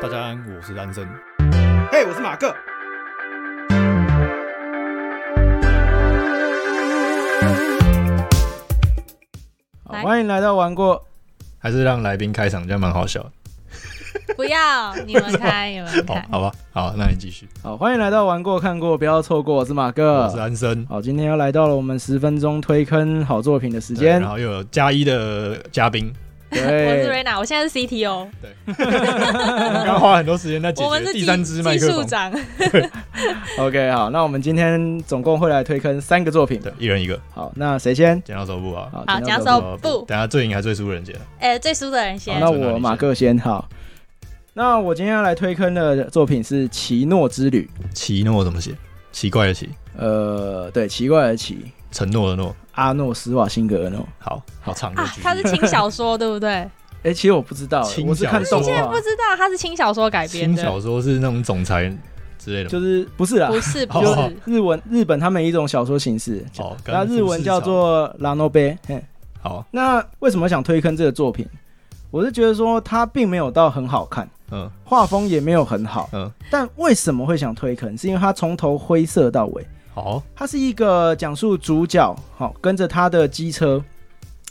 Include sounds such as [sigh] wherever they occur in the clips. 大家安，我是安生。嘿我是马克。好来欢迎来到玩过，还是让来宾开场，这样蛮好笑的。不要，你们开，你们好开，。好吧，好，那你继续。好，欢迎来到玩过看过，不要错过，我是马我是克。安生。好，今天又来到了我们十分钟推坑好作品的时对间然。后又有加一的嘉宾，我是对，瑞娜，我现在是 CTO，刚刚花了很多时间在解我们决是技第三支麦技克术风。长， OK，好，那我们今天总共会来推坑三个作品。对，一人一个，好，那谁先？剪刀手部啊。呃好好剪刀剪刀手手不等下最赢还最输的人剪。哎，最输的人好，先那。先我马克先。好，那我今天要来推坑的作品是《奇诺之旅》。奇诺怎么写？奇怪的奇，呃，对，奇怪的奇，承诺的诺。阿诺斯瓦辛格尔诺。好好长的啊句，。他是轻小说，对 [laughs] 不对？哎、其实我不知道、轻我是看小动说画不，知道他是轻小说改编啊轻的，小说是那种总裁之类的吗。就是不是啦，不是不哦是。日文日本他们有一种小说形式，好，哦跟那日文叫做拉诺贝。嘿好，那为什么想推坑这个作品？我是觉得说它并没有到很好看，嗯画风也没有很好，嗯，但为什么会想推坑？是因为它从头灰色到尾，好，它是一个讲述主角好、跟着他的机车。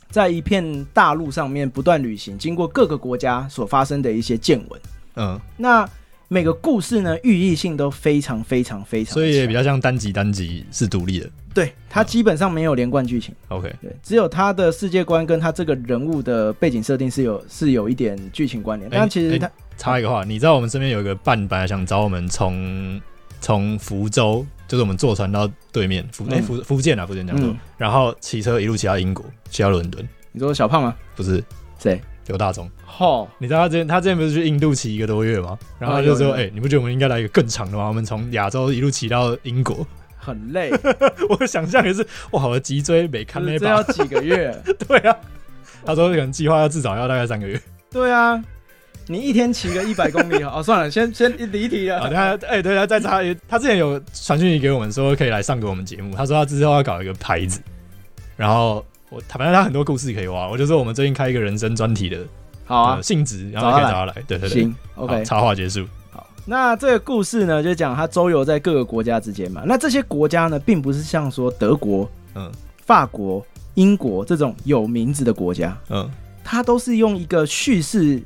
在一片大陆上面不断旅行，经过各个国家所发生的一些见闻。嗯，那每个故事呢，寓意性都非常非常非常强，所以也比较嗯像单集，单集是独立的。对它基本上没有连贯剧情。 OK，对，只有他的世界观跟他这个人物的背景设定是有是有一点剧情关联，哎但其实哎他、插一个话，你知道我们身边有一个伴白想找我们从从福州，就是我们坐船到对面福哎、嗯福福建啊，福建讲错，嗯，然后骑车一路骑到英国，骑到伦敦，你说小胖吗？不是谁？刘大中。吼，你知道他之前他之前不是去印度骑一个多月吗？然后他哦就有说：“有哎、你不觉得我们应该来一个更长的吗？我们从亚洲一路骑到英国。 [laughs] 很累，”我想象也是，哇，我的脊椎没看那这把要。几个月？ [laughs] 对啊，他说可能计划要至少要大概三个月。对啊，你一天骑个一百公里，哦，算了，先先离题 [laughs] 啊，了。他哎、对他在他他之前有传讯息给我们说可以来上给我们节目，他说他之后要搞一个牌子，然后我他反正他很多故事可以挖，我就说我们最近开一个人生专题的、好啊呃，性质，然后可以找他来，对对对行好，OK。插话结束，那这个故事呢，就讲他周游在各个国家之间嘛。那这些国家呢，并不是像说德国、嗯法国、英国这种有名字的国家，嗯它都是用一个叙事，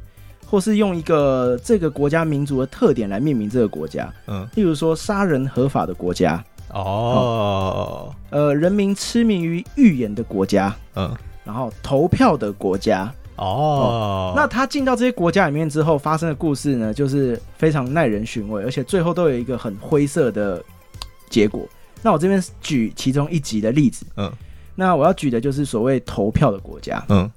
或是用一个这个国家民族的特点来命名这个国家。嗯，例如说，杀人合法的国家，哦，呃，人民痴迷于预言的国家，嗯然后投票的国家。哦，那他进到这些国家里面之后发生的故事呢，就是非常耐人寻味，而且最后都有一个很灰色的结果。那我这边举其中一集的例子，嗯，那我要举的就是所谓投票的国家。嗯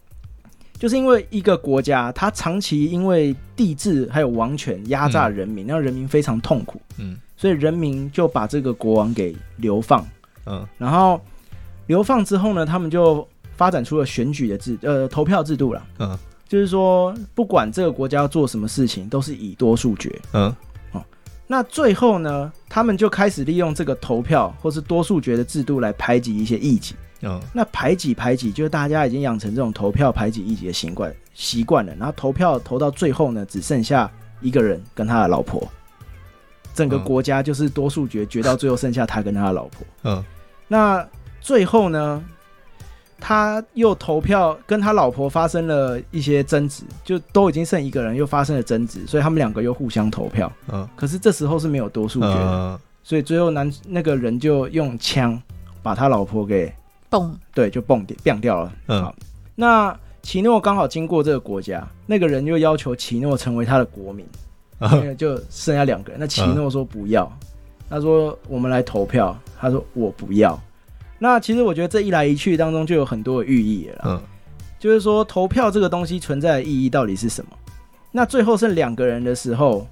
就是因为一个国家，它长期因为地制还有王权压榨人民，让人民非常痛苦，嗯所以人民就把这个国王给流放。嗯然后流放之后呢，他们就发展出了选举的制，呃，投票制度了。嗯，就是说，不管这个国家要做什么事情，都是以多数决。哦嗯那最后呢，他们就开始利用这个投票或是多数决的制度来排挤一些异己。嗯那排挤排挤，就是大家已经养成这种投票排挤异己的习惯习惯了。然后投票投到最后呢，只剩下一个人跟他的老婆，整个嗯国家就是多数决决到最后剩下他跟他的老婆。嗯 [laughs] 那最后呢，他又投票跟他老婆发生了一些争执，就都已经剩一个人，又发生了争执，所以他们两个又互相投票。嗯可是这时候是没有多数决的，嗯，所以最后男那个人就用枪把他老婆给懂，对，就蹦掉蹦掉了。嗯好，那奇诺刚好经过这个国家，那个人又要求奇诺成为他的国民，嗯那个就剩下两个人。那奇诺说不要，他说我们来投票，他说我不要。那其实我觉得这一来一去当中就有很多的寓意了啦，嗯就是说投票这个东西存在的意义到底是什么？那最后剩两个人的时候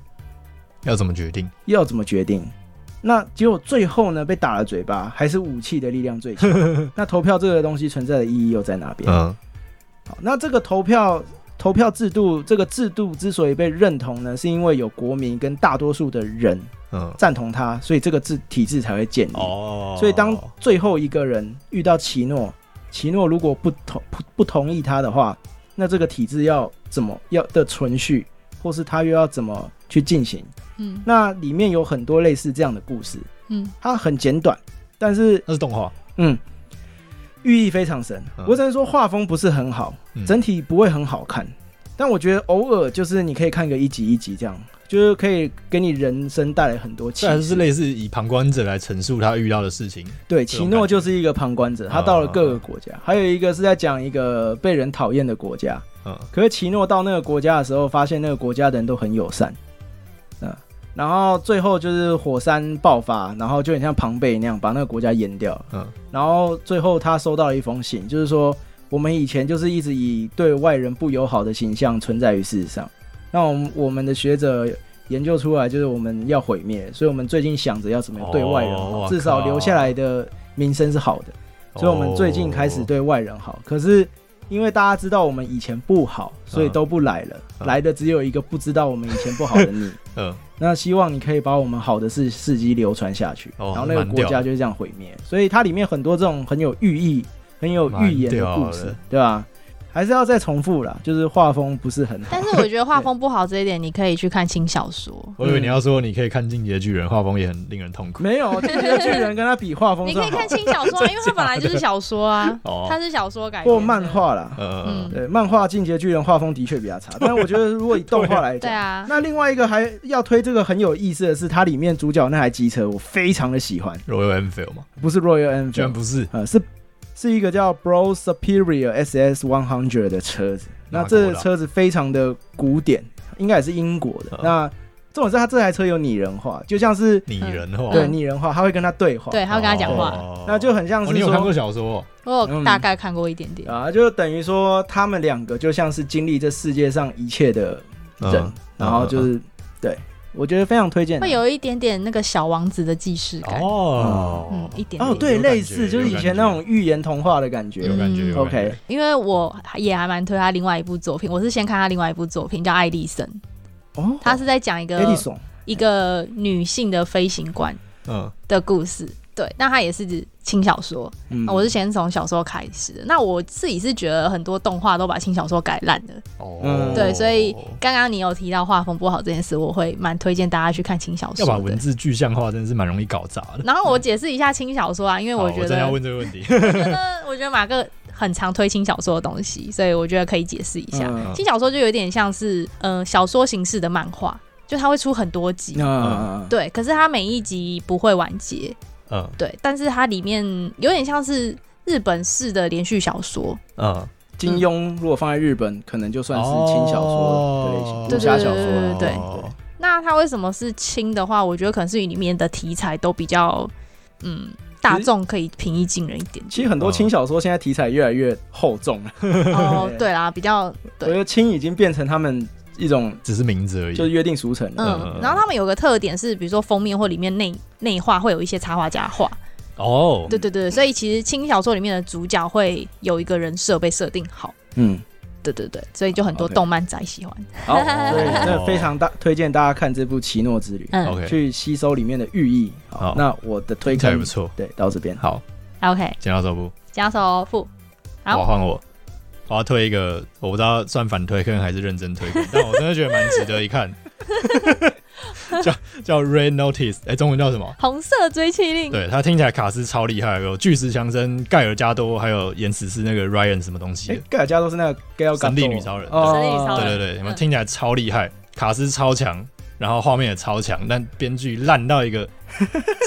要怎么决定？要怎么决定？那结果最后呢被打了嘴巴，还是武器的力量最强。那投票这个东西存在的意义又在哪边？嗯好，那这个投票投票制度，这个制度之所以被认同呢，是因为有国民跟大多数的人嗯，赞同它，所以这个制体制才会建立。哦，嗯所以当最后一个人遇到奇诺，奇诺如果不同不不同意他的话，那这个体制要怎么要的存续或是他又要怎么去进行。嗯那里面有很多类似这样的故事，嗯它很简短，但是那是动画，嗯，寓意非常深。嗯我只能说画风不是很好，嗯整体不会很好看。但我觉得偶尔就是你可以看个一集一集这样，就是可以给你人生带来很多启虽然示是类似以旁观者来陈述他遇到的事情，这对，奇种诺感觉啊就是一个旁观者，他到了各个国家，还有一个是在讲一个被人讨厌的国家。嗯可是奇诺到那个国家的时候，发现那个国家的人都很友善，嗯，然后最后就是火山爆发，然后就很像庞贝那样把那个国家淹掉了。嗯然后最后他收到了一封信，就是说我们以前就是一直以对外人不友好的形象存在于世上。那我们我们的学者研究出来，就是我们要毁灭，所以我们最近想着要怎么样对外人哦好，哇至少靠留下来的名声是好的。所以我们最近开哦始对外人好，可是因为大家知道我们以前不好，所以都不来了，嗯来的只有一个不知道我们以前不好的你。嗯那希望你可以把我们好的事事迹流传下去，哦然后那个国家就是这样毁灭。所以它里面很多这种很有寓意、很有寓言的故蛮屌事的，对吧？还是要再重复啦，就是画风不是很好。 [laughs] 但是我觉得画风不好这一点，你可以去看轻小 [laughs] 说。我以嗯为你要说你可以看《进击的巨人》，画风也很令人痛苦。没有，进击的巨人跟他比画风你算可以好看，轻小说 [laughs] 啊，因为它本来就是小说啊，哦，它是小说改编或的漫。画啦。呃嗯，对，漫画《进击的巨人》画风的确 [laughs] 比较差，但我觉得如果以动画来对讲，啊，那另外一个还要推这个很有意思的是，它里面主角那台机车我非常的喜欢， Royal Enfield 嘛，不是 Royal 居然 Enfield，不是，呃，是是一个叫 Bro Superior SS One Hundred 的车子。那哪国这的啊车子非常的古典，应该也是英国的。嗯那重点是它这台车有拟人化，就像是拟人化，对拟人化，它会跟他对话，嗯对，他会跟他讲话。哦那就很像哦是你有看过说。小说哦？我有大概看过一点点。啊，就等于说他们两个就像是经历这世界上一切的人，嗯然后就是、对我觉得非常推荐啊。会有一点点那个小王子的既视感，嗯哦，，一点哦，点。有感对，觉类似就是有以感前那觉种寓言童话的感觉。有感觉嗯有感觉 OK，因为我也还蛮推他另外一部作品，我是先看他另外一部作品叫《爱丽森》，哦，他是在讲一艾迪个松，一个女性的飞行官嗯，的故事。对，那他也是指轻小说，嗯哦我是先从小说开始的。那我自己是觉得很多动画都把轻小说改烂了，哦嗯，对，所以刚刚你有提到画风不好这件事，我会蛮推荐大家去看轻小要说把的。文字具象化，真的是蛮容易搞砸的。然后我解释一下轻小说啊，因为好我我觉真的得要问这个问题，我觉得， [laughs] 我觉得马哥很常推轻小说的东西，所以我觉得可以解释一下。嗯轻、小说就有点像是呃小说形式的漫画，就它会出很多集。嗯啊那对，可是它每一集不会完结，嗯对，但是它里面有点像是日本式的连续小说，嗯，金庸如果放在日本，可能就算是轻小说的类型，哦武侠小说啦。。对对哦那它为什么是轻的话，我觉得可能是里面的题材都比较，嗯，大众可以平易近人一点其实很多轻小说现在题材越来越厚重了，哦，对啦，比较 [laughs] 我对觉得轻已经变成他们一种只是名字而已，就是约定俗成了。嗯嗯。然后他们有个特点是，比如说封面或里面内内画会有一些插画家画，哦，对对对，所以其实轻小说里面的主角会有一个人设被设定好。嗯，对对对，所以就很多 OK 动漫宅喜欢。好， [laughs] 所以真的非常大推荐大家看这部《奇诺之旅》，嗯 OK 去吸收里面的寓意。好好，那我的推听起来荐也不错。对，到这边。好， OK，剪刀手不？加手哦付。我好，换我，我要推一个，我不知道算反推坑还是认真推坑，但我真的觉得蛮值得一看。 [laughs] 叫叫 Red Notice，哎、中文叫什么？红色追气令。对，它听起来卡斯超厉害，有巨石强森、盖尔加多，还有岩石是那个 Ryan 什么东西哎的。，盖尔加都是那个 Gal Gadot 神力女超人哦神力女超人对对对，你们嗯听起来超厉害，卡斯超强，然后画面也超强，但编剧烂到一个，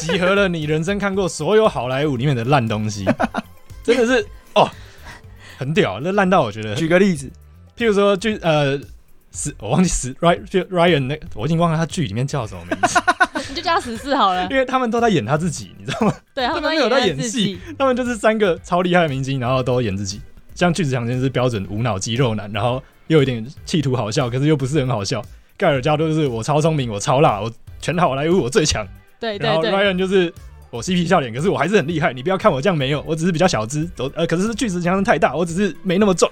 集合了你人生看过所有好莱坞里面的烂东西，真的是哦，很屌，那烂到我觉得举个例子，譬如说剧呃，死我忘记死 [laughs] Ryan 就 Ryan 那个我已经忘了他剧里面叫什么名 [laughs] 字，你就叫他十四好 [laughs] 了。因为他们都在演他自己，你知道吗？对，他们他们有在演演自戏己。他们就是三个超厉害的明星，然后都演自己。像巨石强森是标准无脑肌肉男，然后又有点企图好笑，可是又不是很好笑。盖尔加多就是我超聪明，我超辣，我全好莱坞我最强。哎对然对后对， Ryan 就是我嬉皮笑脸，可是我还是很厉害。你不要看我这样没有，我只是比较小只，我呃，可是巨石强森太大，我只是没那么壮。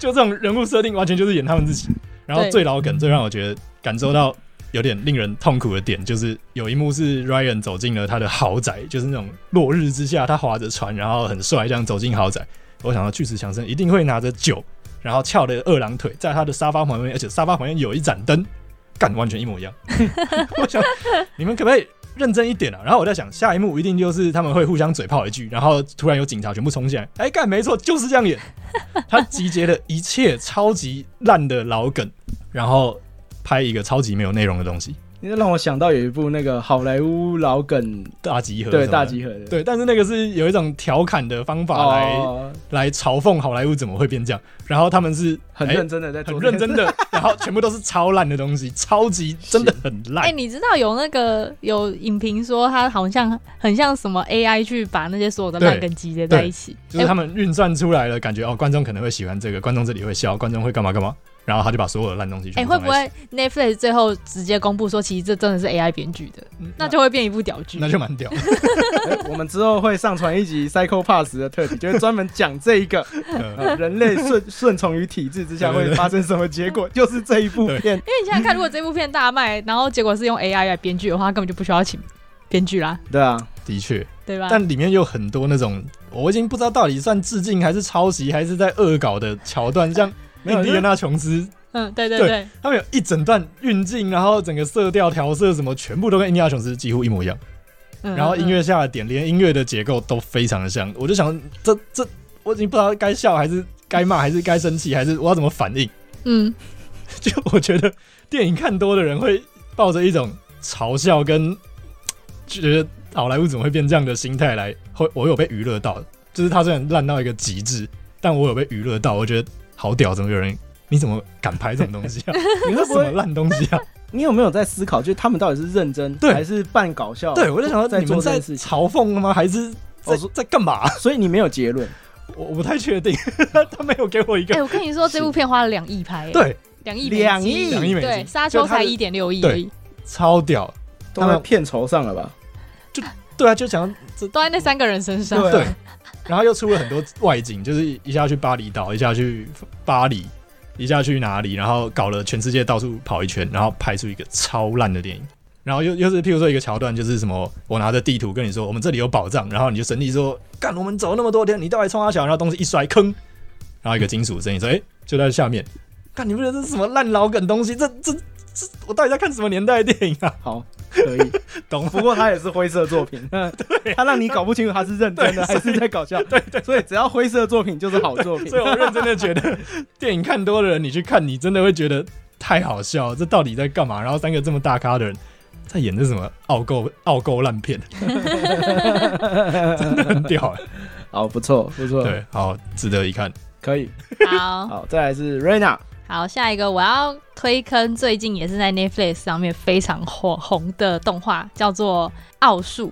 就这种人物设定，完全就是演他们自己。然后对最老梗，最让我觉得感受到有点令人痛苦的点，就是有一幕是 Ryan 走进了他的豪宅，就是那种落日之下，他划着船，然后很帅这样走进豪宅，我想到巨石强森一定会拿着酒，然后翘着二郎腿在他的沙发旁边，而且沙发旁边有一盏灯，干完全一模一样。我想你们可不可以认真一点啊？然后我在想，下一幕一定就是他们会互相嘴炮一句，然后突然有警察全部冲进来，哎、干没错，就是这样演。他集结了一切超级烂的老梗，然后拍一个超级没有内容的东西，你让我想到有一部那个好莱坞老梗，大集合什么对的。大集合的，对，但是那个是有一种调侃的方法来、哦，来嘲讽好莱坞怎么会变这样，然后他们是很哎认真的在很做这认件事，真的， [laughs] 然后全部都是超烂的东西，超级真的很烂。哎、你知道有那个有影评说它好像很像什么 AI 去把那些所有的烂对梗集结在一起，就是他们运算出来了，感觉哦，观众可能会喜欢这个，观众这里会笑，观众会干嘛干嘛，然后他就把所有的烂东西哎、全部会放不在一起，会 Netflix 最后直接公布说，其实这真的是 AI 编剧的，嗯那就会变一部屌剧那？就蛮屌。哎我们之后会上传一集 Psycho Pass 的特辑，就是专门讲这一个呃呃人类顺 [laughs] 顺从于体制之下对对会对发生什么结果，就是这一部对片。因为你现在看，如果这部片大卖，然后结果是用 AI 来编剧的话，根本就不需要请编剧啦，对啊，的确，对吧？但里面有很多那种我已经不知道到底算致敬还是抄袭还是在恶搞的桥段，像呃没有印第安纳琼斯嗯，对对对对，他们有一整段运镜，然后整个色调调色什么，全部都跟印第安琼斯几乎一模一样。嗯然后音乐下的点，连音乐的结构都非常的像。我就想，这这我已经不知道该笑还是该骂，还是该生气，还是我要怎么反应。嗯，就我觉得电影看多的人会抱着一种嘲笑跟觉得啊好莱坞怎么会变这样的心态来，会我有被娱乐到，就是他虽然烂到一个极致，但我有被娱乐到，我觉得好屌，怎么有人你怎么敢拍这种东 [laughs] 西啊？你这会什不么会？烂东西啊？你有没有在思考，就是他们到底是认真对还是半搞笑？对，我就想说在你们做这在件事情，嘲讽吗？还是在我说在干嘛？所以你没有结论。哦 [laughs] 我我不太确定， [laughs] 他没有给我一哎、个我跟你说，这部片花了两亿拍、哎，对两亿美金，两亿两亿美金对，沙丘就它的才一点六亿对而已，超屌，都在片酬上了吧？对啊，就想这都在那三个人身上。对，然后又出了很多外景，就是一下去巴厘岛，一下去巴黎，一下去哪里，然后搞了全世界到处跑一圈，然后拍出一个超烂的电影。然后又又是譬如说一个桥段，就是什么，我拿着地图跟你说我们这里有宝藏，然后你就生气说干我们走那么多天，你到底冲他小，然后东西一摔坑，然后一个金属声音说哎、就在下面，看你不觉得这是什么烂老梗东西？这这这我到底在看什么年代的电影啊？好，可以。 [laughs] 懂吗？不过它也是灰色 [laughs] 作品， [laughs] 它让你搞不清楚它是认真的还是在搞笑。对对，所以只要灰色作品就是好作 [laughs] 品所。以我认真的觉得，电影看多的人，你去看，你真的会觉得太好笑，这到底在干嘛？然后三个这么大咖的人在演这什么傲购傲购烂 [laughs] 片，真的很屌、欸。 [laughs] 好，不错不错， [laughs] 对，好，值得一看。可以。 [laughs] 好好，再来是 Rena，好，下一个我要推坑，最近也是在 Netflix 上面非常火红的动画，叫做《奥数》。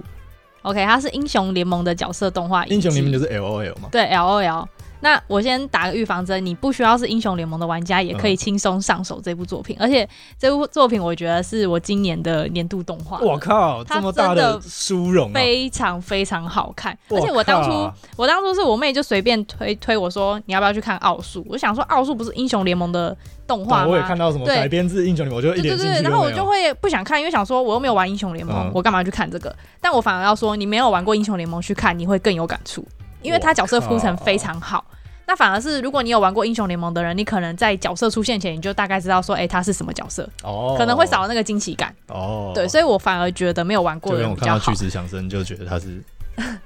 OK，它是英雄联盟的角色动画影集，英雄联盟就是 L O L 嘛，对 L O L。那我先打个预防针，你不需要是英雄联盟的玩家，也可嗯以轻松上手这部作品。而且这部作品我觉得是我今年的年度动画，我靠，它这么大真的的殊荣啊！非常非常好看。而哇且我当初靠我当初是我妹就随便推推我说你要不要去看奥数，我想说奥数不是英雄联盟的动对画啊吗？我也看到什么对改编自英雄联盟，我就一点对对兴对，趣都然没后有。我就会不想看，因为想说我又没有玩英雄联盟，嗯我干嘛去看这个？但我反而要说，你没有玩过英雄联盟去看，你会更有感触，因为他角色铺陈非常好。那反而是如果你有玩过英雄联盟的人，你可能在角色出现前你就大概知道说，哎、他是什么角色，哦，可能会少那个惊喜感。哦。对，所以我反而觉得没有玩过就的让我人比看较到好巨。石强森，就觉得他是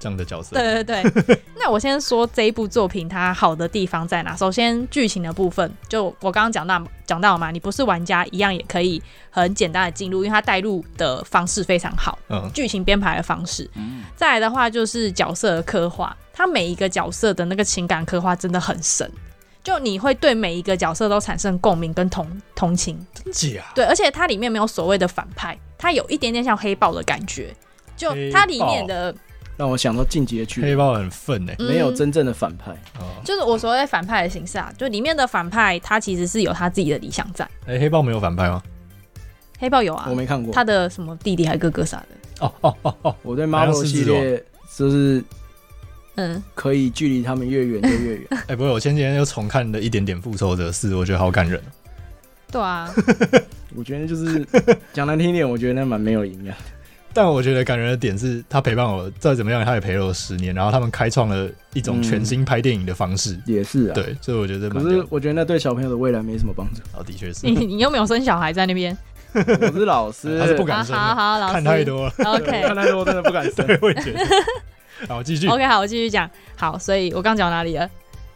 这样的角色。[laughs] [laughs] 对对对，对那我先说这一部作品它好的地方在哪？首先剧情的部分，就我刚刚讲到讲到嘛，你不是玩家一样也可以很简单的进入，因为它带入的方式非常好。嗯，剧情编排的方式。再来的话就是角色的刻画，他每一个角色的那个情感刻画真的很深，就你会对每一个角色都产生共鸣跟同同情。真假？啊对，而且它里面没有所谓的反派，它有一点点像黑豹的感觉。就它里面的，让我想到进阶去，黑豹很愤哎、嗯没有真正的反派。哦就是我所谓反派的形式啊，就里面的反派他其实是有他自己的理想在。哎、黑豹没有反派吗？黑豹有啊我，没看过，他的什么弟弟还哥哥啥的，哦哦哦哦，我对好像 Marvel 狮系子王列就是嗯，可以距离他们越远就越 [laughs] 远。哎、不过我前几天又重看了一点点《复仇者四》，我觉得好感人。哦对啊，我觉得就是讲难听一点，我觉得那蛮没有营养。但我觉得感人的点是，他陪伴我再怎么样，他也陪了我十年，然后他们开创了一种全新拍电影的方式。也是啊。，对，所以我觉得可蛮屌是的。我觉得那对小朋友的未来没什么帮 [laughs] 助。哦，的确是你，你又没有生小孩在那边，我是老师， [laughs] 他 [laughs] 是不敢好生好的，好，老师看太。多了。 OK 看太多真的不敢 [laughs] 生。对，我也觉得。好， [laughs] 继续 OK，好，我继续讲。好，所以我刚讲哪里了？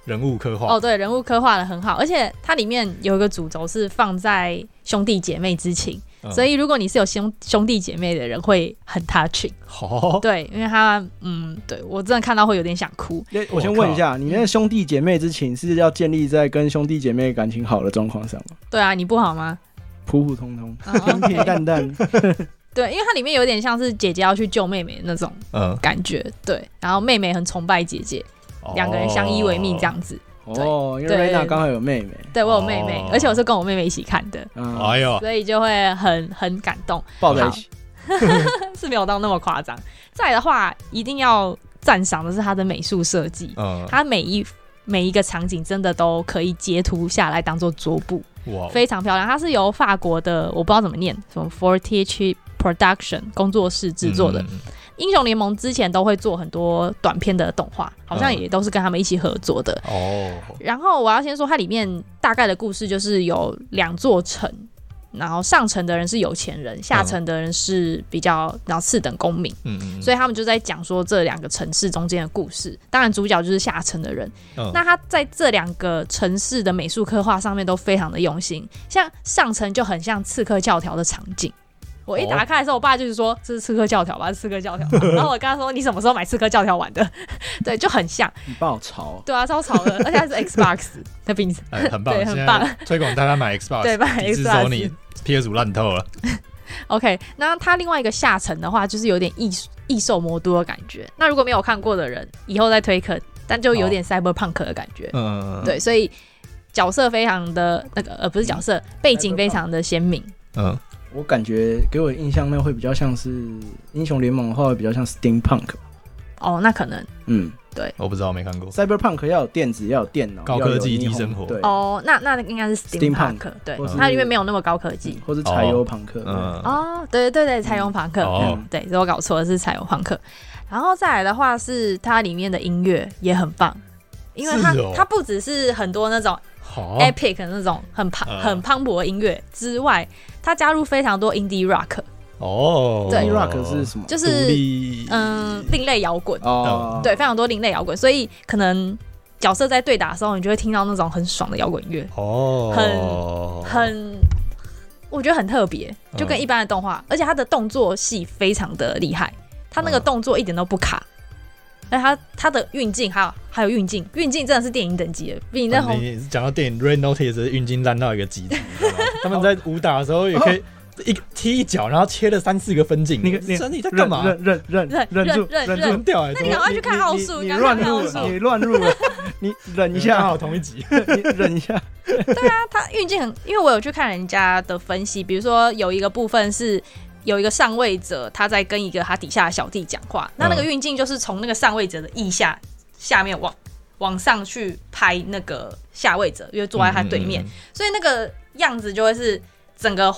人物刻画。哦，对，人物刻画的很好，而且它里面有一个主轴是放在兄弟姐妹之情，嗯所以如果你是有兄兄弟姐妹的人，会很 touching。嗯好，对，因为他，嗯，对我真的看到会有点想哭。那我先问一下，你那兄弟姐妹之情是要建立在跟兄弟姐妹感情好的状况上吗？对啊，你不好 [laughs] 吗？普普通 [laughs] 通，嗯平平 OK 淡淡。 [laughs] 对，因为它里面有点像是姐姐要去救妹妹那种嗯，感觉，对，然后妹妹很崇拜姐姐，哦两个人相依为命这样子。哦，因为对瑞娜刚好有妹妹，对我有妹妹哦，而且我是跟我妹妹一起看的，哦。啊，哎呦，所以就会很很感动，抱在一起。是没有到那么夸张。再来的话，一定要赞赏的是它的美术设计，嗯，它每一每一个场景真的都可以截图下来当做桌布，哇，哦非常漂亮。它是由法国的我不知道怎么念，什么 Fortich Production 工作室制作的。嗯，嗯嗯英雄联盟之前都会做很多短片的动画，好像嗯也都是跟他们一起合作的。哦，然后我要先说，它里面大概的故事就是有两座城，然后上层的人是有钱人，下层的人是比较然后次等公民，嗯嗯，所以以他们就在讲说这两个城市中间的故事。当然，主角就是下层的人。那那他在这两个城市的美术刻画上面都非常的用心，像上层就很像《刺客教条》的场景。我一哦打开的时候，我爸就是说：“这是《刺客教条》吧？是《刺客教条》吧。”然后我跟他说：“你什么时候买《刺客教条》玩的？” [laughs] 对，就很像，你抱潮，对啊，超吵的，而且它是 Xbox 的名字，哎很棒，对现很在棒推广大家买 Xbox， [laughs] 对吧抵制？Xbox Sony PS 五烂透了。 OK，那它另外一个下层的话，就是有点异异兽魔都的感觉。那如果没有看过的人，以后再推坑，但就有点 cyberpunk 的感觉。嗯，嗯，对，所以角色非常的那个呃，不是角色，背景 cyberpunk 非常的鲜明。嗯，我感觉给我印象那会比较像是英雄联盟的话，会比较像 steampunk。哦，那可能嗯我不知道，没看过。 ，cyberpunk 要有电子，要有电脑，高科技低生活要有霓虹对，哦，那那应该是 Steampunk steampunk，对或，是它里面没有那么高科技。或是柴油朋克。对嗯，哦，对对对，彩虹朋克，哦嗯，对，所以我搞错了，是彩虹朋克。然后再来的话是它里面的音乐也很棒，因为它、是哦它不只是很多那种好， epic 的那种很磅、呃很磅礴的音乐之外，它加入非常多 indie rock，哦，对 Indie rock 是什么？就独是立，嗯另类摇滚，哦，对，非常多另类摇滚，所以可能角色在对打的时候，你就会听到那种很爽的摇滚乐，哦，嗯很。我觉得很特别，就跟一般的动画，而且它的动作戏非常的厉害，它那个嗯动作一点都不卡，而它它的运镜还有还有运镜，运镜真的是电影等级的，比你那红哦你讲到电影《Red Notice》运镜烂到一个极致，你知道 [laughs] 吗他们在武打的时候也哦可以一个踢一脚，然后切了三四个分镜。那个那个真的你在干嘛？忍忍忍忍忍住忍忍忍住很。屌哎！那怎你么赶快去看奥数你赶快乱看入奥了，数你乱入了，你忍一刚下好，同一集？你忍一下。它运镜很，因为我有去看人家的分析，比如说有一个部分是有一个上位者他在跟一个他底下的小弟讲话，那嗯那个运镜就是从那个上位者的腋下下面往往上去拍那个下位者，因为坐在他对面，嗯，嗯嗯所以那个样子就会是整个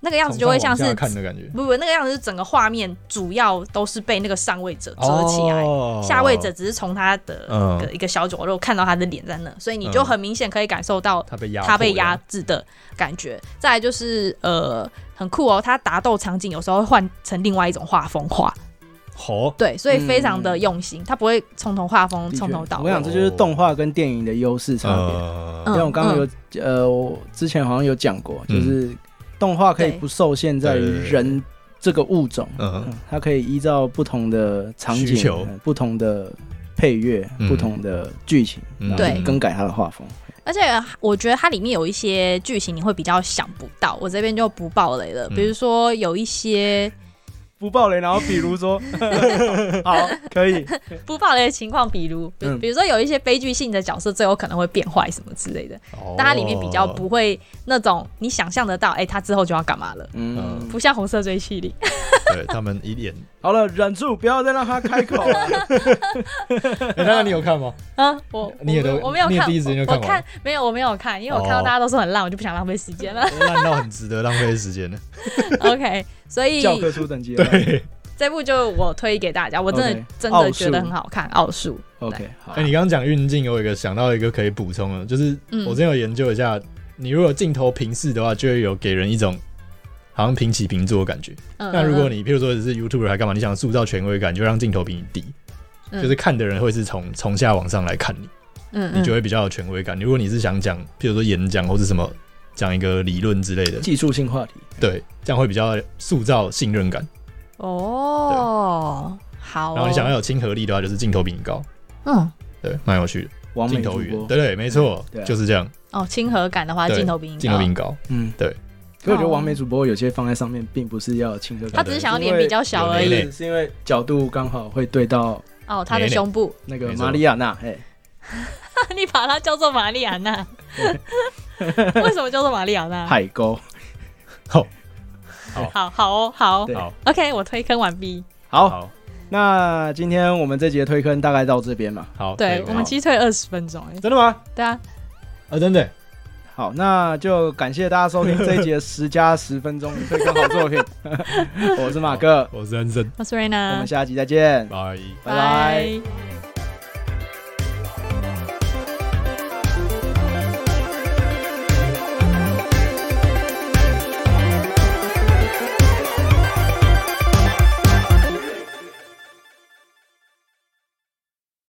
那个样子就会像从是上往下看的感觉，不不那个样子，整个画面主要都是被那个上位者遮起来。哦下位者只是从他的嗯一个一个小左肉看到他的脸在那，所以你就嗯很明显可以感受到他被压，他被压，制的感觉。再来就是呃，很酷哦，他打斗场景有时候会换成另外一种画风画，好，对，所以非常的用心，他不会从头画风的确从头到我尾。想这就是动画跟电影的优势差别。呃嗯像我刚刚有呃，我之前好像有讲过，嗯就是动画可以对不受限在于对对对人这个物种，嗯嗯，它可以依照不同的场需景求、嗯不同的配乐嗯、不同的剧情，嗯然后对更改它的画风。而且我觉得它里面有一些剧情你会比较想不到，我这边就不爆雷了。嗯比如说有一 [laughs] 些不暴雷，然后比如 [laughs] 说，好，可以，不爆雷的情况，比如比嗯比如说有一些悲剧性的角色最有可能会变坏什么之类的，哦但它里面比较不会那种你想象得到，哎、他之后就要干嘛了，嗯，不像红色追妻里。 [laughs] 对他们一脸。好了，忍住，不要再让它开口了。 [laughs] 哎，那那你有看吗？啊，我你也我没有都我没有你也看，第一时间就我看我完看没有我没有看，因为我看到哦大家都说很烂，我就不想浪 [laughs] 费时间了。烂到很值得浪费时间的。 OK，所以教科书等级 [laughs] 了，对，这部就我推给大家，我真的 OK，真奥的数觉得很好看，奥数。 OK，好哎、，你刚刚讲运镜，我有一个想到一个可以补充的，就是嗯我之前有研究一下，你如果镜头平视的话，就会有给人一种好像平起平坐的感觉。嗯那如果嗯你譬如说只是 YouTuber 还干嘛，你想塑造权威感，就让镜头比你低，嗯就是看的人会是从从下往上来看你，嗯嗯你就会比较有权威感。如果你是想讲，譬如说演讲或是什么讲一个理论之类的，技术性话题，对，这样会比较塑造信任感。哦，好哦，然后你想要有亲和力的话，就是镜头比你高，嗯对，蛮有趣的。完美镜主头语言，播，对对，没错对，啊就是这样，哦亲和感的话，对镜头比你镜头高比你高。嗯，对。可我觉得完美主播有些放在上面，并不是要有亲和他感，只是想要脸比较小而有已雷是累是因为角度刚好会对到哦，他没的嘞胸部， [laughs] 那个没错玛利亚娜，哎，你把它叫做玛丽亚娜，为什么叫做玛丽亚娜？海沟，好好哦，好对好， ，OK，我推坑完毕。好，好，那今天我们这节推坑大概到这边嘛。好，可对以我们其实推二十分钟，哎，真的吗？对啊，啊，真的，好，那就感谢大家收听这一节十加十分钟推坑好 [laughs] 作品。我是马哥，我是安生，我是我 Raina，们下集再见，拜。拜拜。拜